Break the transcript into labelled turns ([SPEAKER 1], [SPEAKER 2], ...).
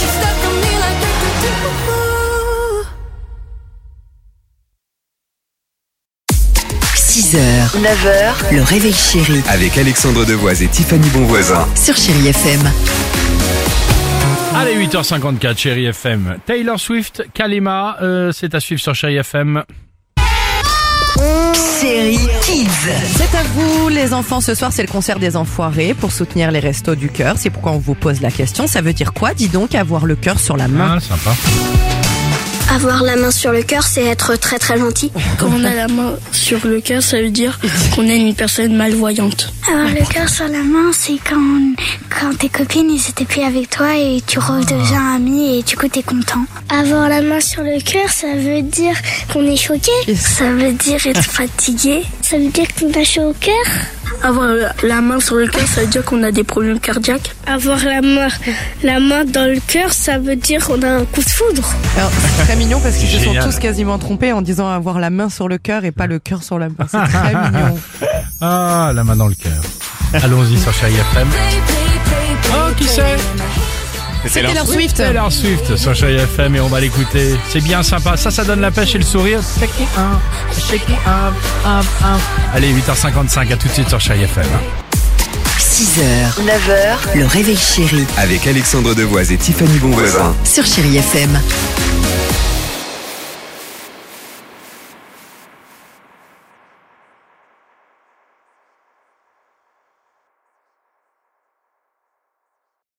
[SPEAKER 1] You're stuck on me like do, do, do, do.
[SPEAKER 2] 6h, 9h, le réveil chéri
[SPEAKER 3] Avec Alexandre Devoise et Tiffany Bonvoisin.
[SPEAKER 2] sur Chérie FM.
[SPEAKER 4] Allez, 8h54, chérie FM. Taylor Swift, Kalima, euh, c'est à suivre sur chérie FM.
[SPEAKER 2] Chérie Kids.
[SPEAKER 5] C'est à vous les enfants, ce soir c'est le concert des enfoirés pour soutenir les restos du cœur, c'est pourquoi on vous pose la question, ça veut dire quoi dis donc avoir le cœur sur la main
[SPEAKER 4] Ah, sympa.
[SPEAKER 6] Avoir la main sur le cœur, c'est être très très gentil.
[SPEAKER 7] Quand on a la main sur le cœur, ça veut dire qu'on est une personne malvoyante.
[SPEAKER 6] Avoir le cœur sur la main, c'est quand, quand tes copines ils étaient plus avec toi et tu
[SPEAKER 7] Ah.
[SPEAKER 6] redeviens ami et du coup t'es content. Avoir la main sur le cœur, ça veut dire qu'on est choqué. Ça veut dire être fatigué. Ça veut dire qu'on a chaud au cœur.
[SPEAKER 7] Avoir la main sur le cœur, ça veut dire qu'on a des problèmes cardiaques.
[SPEAKER 6] Avoir la main, la main dans le cœur, ça veut dire qu'on a un coup de foudre.
[SPEAKER 5] Alors, C'est très mignon parce qu'ils se sont
[SPEAKER 4] Génial.
[SPEAKER 5] tous quasiment trompés en disant avoir la main sur le cœur et pas le cœur sur la main, c'est très mignon.
[SPEAKER 4] Ah, la main dans le cœur. Allons-y sur chérie FM. Oh, qui c'est
[SPEAKER 5] C'est Taylor Swift
[SPEAKER 4] Taylor Swift sur chérie FM et on va l'écouter. C'est bien sympa. Ça, ça donne la pêche et le sourire. Check it out, check it out, out, out. Allez, 8h55, à tout de suite sur chérie FM.
[SPEAKER 2] 6h, 9h, le réveil chéri
[SPEAKER 3] Avec Alexandre Devoise et Tiffany Bonvoisin.
[SPEAKER 2] sur Chérie FM.